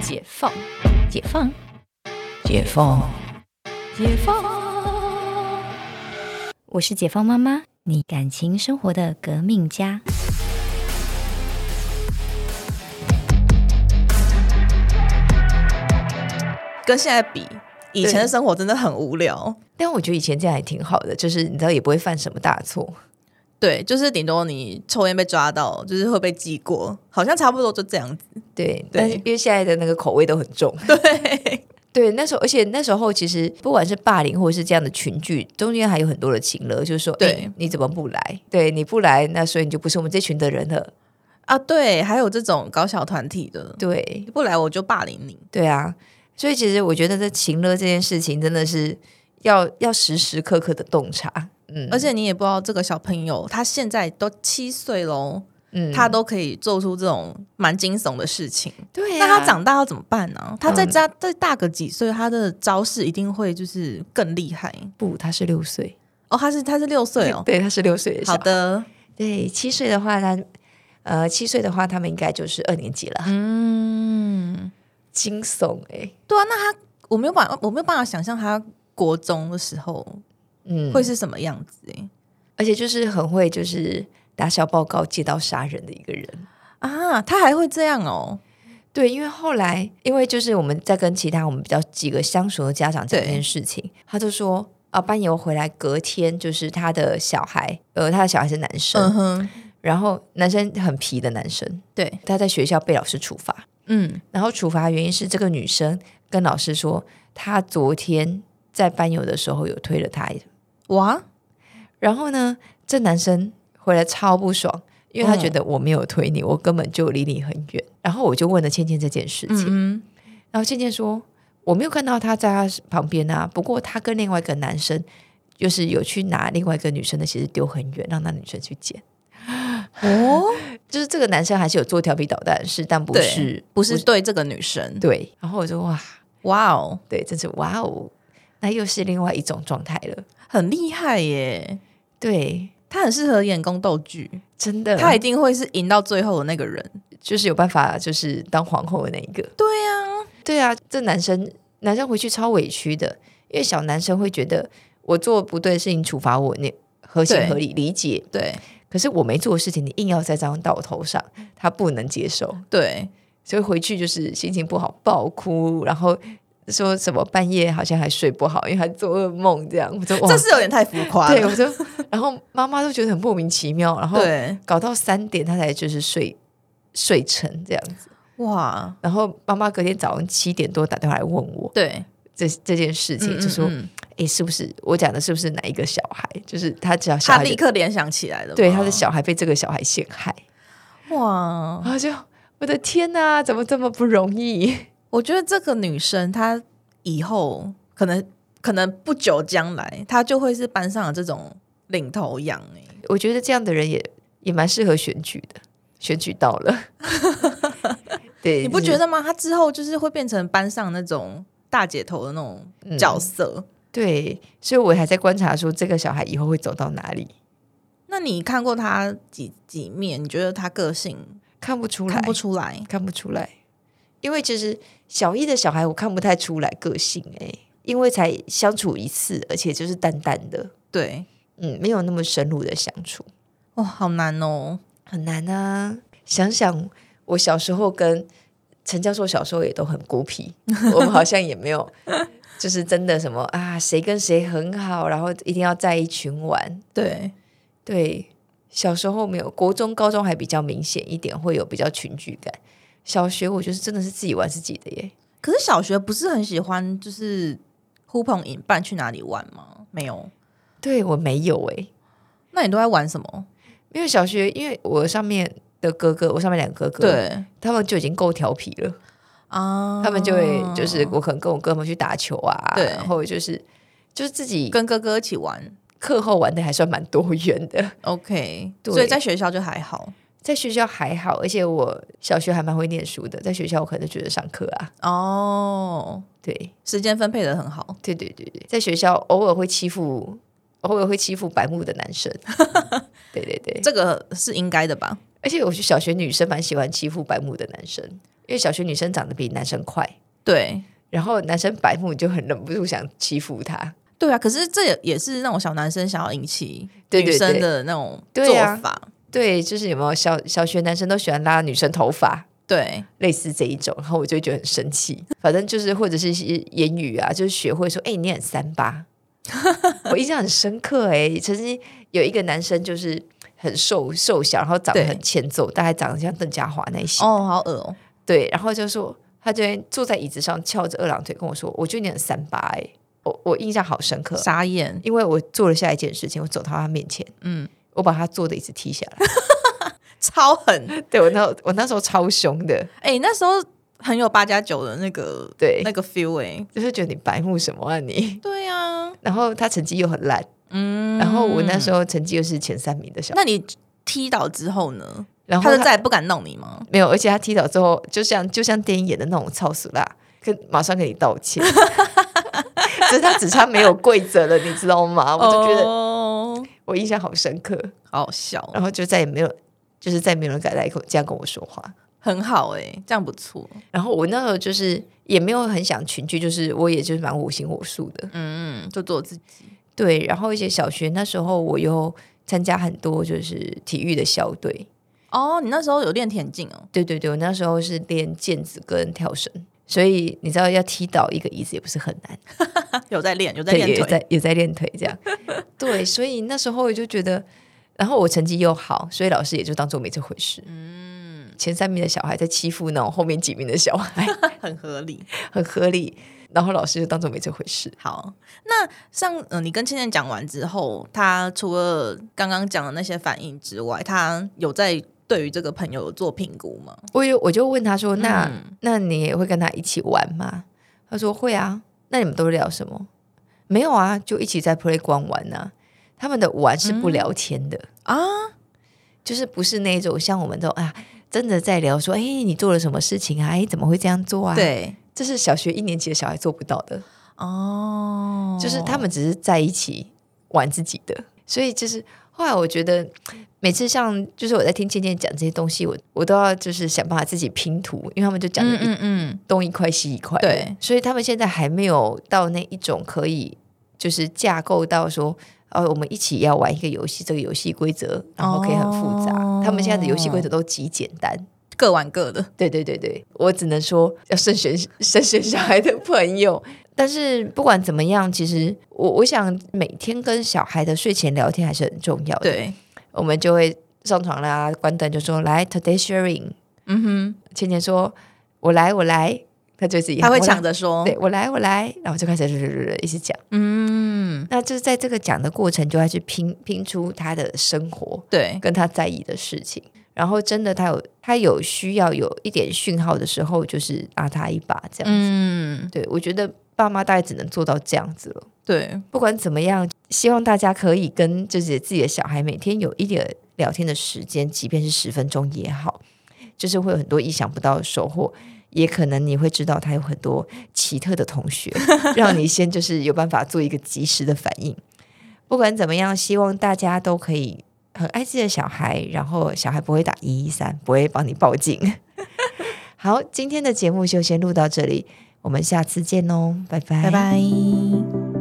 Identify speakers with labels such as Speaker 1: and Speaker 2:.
Speaker 1: 解放，解放，解放，解放。
Speaker 2: 我是解放妈妈，你感情生活的革命家。
Speaker 3: 跟现在比，以前的生活真的很无聊。
Speaker 1: 但我觉得以前这样也挺好的，就是你知道也不会犯什么大错。
Speaker 3: 对，就是顶多你抽烟被抓到，就是会被记过，好像差不多就这样子。
Speaker 1: 对，但是因为现在的那个口味都很重。
Speaker 3: 对，
Speaker 1: 对，那时候，而且那时候其实不管是霸凌或者是这样的群聚，中间还有很多的情了，就是说，
Speaker 3: 对
Speaker 1: 哎你怎么不来？对你不来，那所以你就不是我们这群的人了。
Speaker 3: 啊，对，还有这种搞小团体的，
Speaker 1: 对
Speaker 3: 你，不来我就霸凌你。
Speaker 1: 对啊，所以其实我觉得这情了这件事情真的是要要时时刻刻的洞察，嗯，
Speaker 3: 而且你也不知道这个小朋友，他现在都七岁喽，
Speaker 1: 嗯
Speaker 3: 他都可以做出这种蛮惊悚的事情。
Speaker 1: 对、啊，
Speaker 3: 那他长大要怎么办呢？他再加再大个几岁，他的招式一定会就是更厉害。
Speaker 1: 不，他是六岁，
Speaker 3: 哦，他是他是六岁哦。
Speaker 1: 对，他是六岁的小
Speaker 3: 好
Speaker 1: 孩，
Speaker 3: 的，
Speaker 1: 对，七岁的话他。呃，七岁的话，他们应该就是二年级了，
Speaker 3: 嗯，
Speaker 1: 惊悚哎、
Speaker 3: 对啊，那他我没有办法，我没有办法想象他国中的时候
Speaker 1: 嗯，
Speaker 3: 会是什么样子哎、
Speaker 1: 而且就是很会就是打小报告借刀杀人的一个人。
Speaker 3: 啊，他还会这样哦，
Speaker 1: 对，因为后来，因为就是我们在跟其他我们比较几个相熟的家长讲这件事情，他就说啊，班友回来隔天就是他的小孩，呃，他的小孩是男生，
Speaker 3: 嗯哼，
Speaker 1: 然后男生很皮的男生，
Speaker 3: 对，
Speaker 1: 他在学校被老师处罚，
Speaker 3: 嗯，
Speaker 1: 然后处罚原因是这个女生跟老师说，她昨天在班友的时候有推了他一
Speaker 3: 哇，
Speaker 1: 然后呢，这男生回来超不爽，因为他觉得我没有推你，我根本就离你很远。然后我就问了倩倩这件事情，
Speaker 3: 嗯
Speaker 1: 然后倩倩说我没有看到他在他旁边啊，不过他跟另外一个男生就是有去拿另外一个女生的鞋子丢很远，让那女生去捡。
Speaker 3: 哦，
Speaker 1: 就是这个男生还是有做调皮捣蛋的事，但不
Speaker 3: 对
Speaker 1: 是
Speaker 3: 不是对这个女生，
Speaker 1: 对。然后我就哇，
Speaker 3: 哇哦，
Speaker 1: 对，真是哇哦，那又是另外一种状态了。
Speaker 3: 很厉害耶，
Speaker 1: 对，
Speaker 3: 他很适合演宫斗剧，
Speaker 1: 真的，
Speaker 3: 他一定会是赢到最后的那个人，
Speaker 1: 就是有办法，就是当皇后的那一个。
Speaker 3: 对呀、
Speaker 1: 对啊，这男生男生回去超委屈的，因为小男生会觉得我做不对的事情处罚我，你合情
Speaker 3: 对
Speaker 1: 合理理解。
Speaker 3: 对
Speaker 1: 可是我没做的事情，你硬要栽赃到我头上，他不能接受，
Speaker 3: 对，
Speaker 1: 所以回去就是心情不好，爆哭，然后说什么半夜好像还睡不好，因为还做噩梦这样。我说哇，
Speaker 3: 这是有点太浮夸
Speaker 1: 对，我
Speaker 3: 了，
Speaker 1: 说，然后妈妈都觉得很莫名其妙，然后
Speaker 3: 对，
Speaker 1: 搞到三点他才就是睡睡沉这样子。
Speaker 3: 哇，
Speaker 1: 然后妈妈隔天早上七点多打电话来问我，
Speaker 3: 对，
Speaker 1: 这这件事情，
Speaker 3: 嗯
Speaker 1: 就说，
Speaker 3: 嗯嗯
Speaker 1: 哎、是不是我讲的是不是哪一个小孩？就是他只要小
Speaker 3: 他
Speaker 1: 孩的，
Speaker 3: 立刻哦联想起来了，
Speaker 1: 对他的，小孩被这个小孩陷害，
Speaker 3: 哇
Speaker 1: 然，后就我的天哪、怎么这么不容易？
Speaker 3: 我觉得这个女生她以后可能可能不久将来，她就会是班上的这种领头羊哎、
Speaker 1: 我觉得这样的人也也蛮适合选举的，选举到了， 对，
Speaker 3: 你不
Speaker 1: 就是
Speaker 3: 觉？得吗？她之后就是会变成班上那种大姐头的那种
Speaker 1: 嗯
Speaker 3: 角色。
Speaker 1: 对，所以我还在观察说这个小孩以后会走到哪里，
Speaker 3: 那你看过她几几面？你觉得她个性
Speaker 1: 看不出来，
Speaker 3: 看不，出来？
Speaker 1: 看不出来，因为其实小一的小孩我看不太出来个性、诶，哎，因为才相处一次，而且就是淡淡的。
Speaker 3: 对，
Speaker 1: 嗯，没有那么深入的相处，
Speaker 3: 哇、好难哦。
Speaker 1: 很难啊。想想我小时候跟陈教授小时候也都很孤僻，我们好像也没有， 就是真的什么啊，谁跟谁很好，然后一定要在一群玩。
Speaker 3: 对，
Speaker 1: 对，小时候没有，国中、高中还比较明显一点，会有比较群聚感。小学我就是真的是自己玩自己的耶，
Speaker 3: 可是小学不是很喜欢就是呼朋引伴去哪里玩吗？没有，
Speaker 1: 对我没有诶，
Speaker 3: 那你都在玩什么？
Speaker 1: 因为小学因为我上面的哥哥，我上面两个哥哥，
Speaker 3: 对
Speaker 1: 他们就已经够调皮了。
Speaker 3: 啊，
Speaker 1: 他们就会就是我可能跟我哥们去打球啊，
Speaker 3: 对
Speaker 1: 然后就是就是自己跟
Speaker 3: 跟哥哥一起玩。
Speaker 1: 课后玩的还算蛮多元的，
Speaker 3: OK，
Speaker 1: 对
Speaker 3: 所以在学校就还好
Speaker 1: 在学校还好，而且我小学还蛮会念书的，在学校我可能就觉得上课啊，
Speaker 3: 哦，
Speaker 1: 对
Speaker 3: 时间分配的很好。
Speaker 1: 对对对对，在学校偶尔会欺负。偶尔会欺负白目的男生，对对对，
Speaker 3: 这个是应该的吧？
Speaker 1: 而且我觉得小学女生蛮喜欢欺负白目的男生，因为小学女生长得比男生快，
Speaker 3: 对，
Speaker 1: 然后男生白目你就很忍不住想欺负他。
Speaker 3: 对啊。可是这也也是那种小男生想要引起
Speaker 1: 对
Speaker 3: 女
Speaker 1: 对
Speaker 3: 生
Speaker 1: 对
Speaker 3: 的那种做
Speaker 1: 对啊
Speaker 3: 法，
Speaker 1: 对，就是有没有小小学男生都喜欢拉女生头发，
Speaker 3: 对
Speaker 1: 类似这一种，然后我就会觉得很生气。反正就是或者是一些言语啊，就是学会说，哎、你很三八， 我印象很深刻、哎，曾经有一个男生就是很瘦瘦小，然后长得
Speaker 3: 对
Speaker 1: 很欠揍，大概长得像邓家华那一型，
Speaker 3: 哦，好恶哦，
Speaker 1: 对，然后就说他就会坐在椅子上翘着二郎腿跟我说，我觉得你很三八、哎，我我印象好深刻，
Speaker 3: 傻眼，
Speaker 1: 因为我做了下一件事情，我走到他面前，
Speaker 3: 嗯，
Speaker 1: 我把他坐的椅子踢下来，
Speaker 3: 超狠。
Speaker 1: 对我那我那时候超凶的，
Speaker 3: 哎、那时候很有八加九的那个
Speaker 1: 对
Speaker 3: 那个 feel 哎、
Speaker 1: 就是觉得你白目什么啊你。
Speaker 3: 对啊，
Speaker 1: 然后他成绩又很烂，
Speaker 3: 嗯。
Speaker 1: 然后我那时
Speaker 3: 候，
Speaker 1: 候成绩又是前三名的小，
Speaker 3: 那你踢倒之后呢？
Speaker 1: 然后
Speaker 3: 他就再也不敢弄你吗？
Speaker 1: 没有，而且他踢倒之后，就像就像电影演的那种操死啦，跟马上跟你道 歉，就是他只差没有跪着了，你知道吗？我就觉得
Speaker 3: 哦、
Speaker 1: 我印象好深刻，
Speaker 3: 好好笑哦，
Speaker 1: 然后就再也没有，就是再也没有人敢来跟我这样跟我说话。
Speaker 3: 很好哎、这样不错。
Speaker 1: 然后我那时候就是也没有很想群居，就是我也就是蛮我行我素的，
Speaker 3: 嗯，嗯，就做自己。
Speaker 1: 对。然后一些小学那时候我又参加很多就是体育的校队，
Speaker 3: 哦，你那时候有练田径哦？
Speaker 1: 对对对，我那时候是练毽子跟跳绳，所以你知道要踢倒一个椅子也不是很难，
Speaker 3: 有在练，有在
Speaker 1: 对，也
Speaker 3: 练腿。
Speaker 1: 在也在练腿这样。对，所以那时候我就觉得，然后我成绩又好，所以老师也就当做没这回事。
Speaker 3: 嗯，
Speaker 1: 前三名的小孩在欺负那种后面几名的小孩，
Speaker 3: 很合理。
Speaker 1: 很合理。然后老师就当做没这回事。
Speaker 3: 好，那上嗯、呃你跟倩倩讲完之后，她除了刚刚讲的那些反应之外，她有在对于这个朋友有做评估吗？
Speaker 1: 我有我就问他说：“那、
Speaker 3: 嗯
Speaker 1: 那你也会跟他一起玩吗？”他说：“会啊。”那你们都聊什么？没有啊，就一起在 play 光玩呐、啊。他们的玩是不聊天的。
Speaker 3: 嗯啊，
Speaker 1: 就是不是那种像我们这种啊，真的在聊说，哎，你做了什么事情啊？哎，怎么会这样做啊？，
Speaker 3: 对，
Speaker 1: 这是小学一年级的小孩做不到的，
Speaker 3: 哦，
Speaker 1: 就是他们只是在一起玩自己的。所以就是后来我觉得，每次像就是我在听倩倩讲这些东西，我我都要就是想办法自己拼图，因为他们就讲的
Speaker 3: 嗯
Speaker 1: 一
Speaker 3: 嗯嗯，
Speaker 1: 东一块西一块，
Speaker 3: 对，
Speaker 1: 所以他们现在还没有到那一种可以就是架构到说，呃，我们一起要玩一个游戏，这个游戏规则然后可以很复杂。
Speaker 3: 哦
Speaker 1: 他们现在的游戏规则都极简单，
Speaker 3: 各玩各的。
Speaker 1: 对对对对，我只能说要慎选 慎选小孩的朋友。但是不管怎么样，其实我我想每天跟小孩的睡前聊天还是很重要的。，
Speaker 3: 对，
Speaker 1: 我们就会上床啦，关灯就说来 today sharing。
Speaker 3: 嗯
Speaker 1: 倩倩说：“我来，我来。”他就自己
Speaker 3: 哼，他会
Speaker 1: 我来
Speaker 3: 抢哦着说，
Speaker 1: 对我来我来，然后就开始 一直讲。
Speaker 3: 嗯，
Speaker 1: 那就是在这个讲的过程，就要去拼拼出他的生活
Speaker 3: 对，
Speaker 1: 跟他在意的事情。然后真的他有他有需要有一点讯号的时候，就是拉他一把这样子。
Speaker 3: 嗯，
Speaker 1: 对我觉得爸妈大概只能做到这样子了。
Speaker 3: 对，
Speaker 1: 不管怎么样，希望大家可以跟就是自己的小孩每天有一点聊天的时间，即便是十分钟也好，就是会有很多意想不到的收获。也可能你会知道他有很多奇特的同 学，让你先就是有办法做一个及时的反应。不管怎么样，希望大家都可以很爱自己的小孩，然后小孩不会打一一三，不会帮你报 警。好，今天的节目就先录到这里，我们下次见哦，拜拜，
Speaker 3: 拜拜。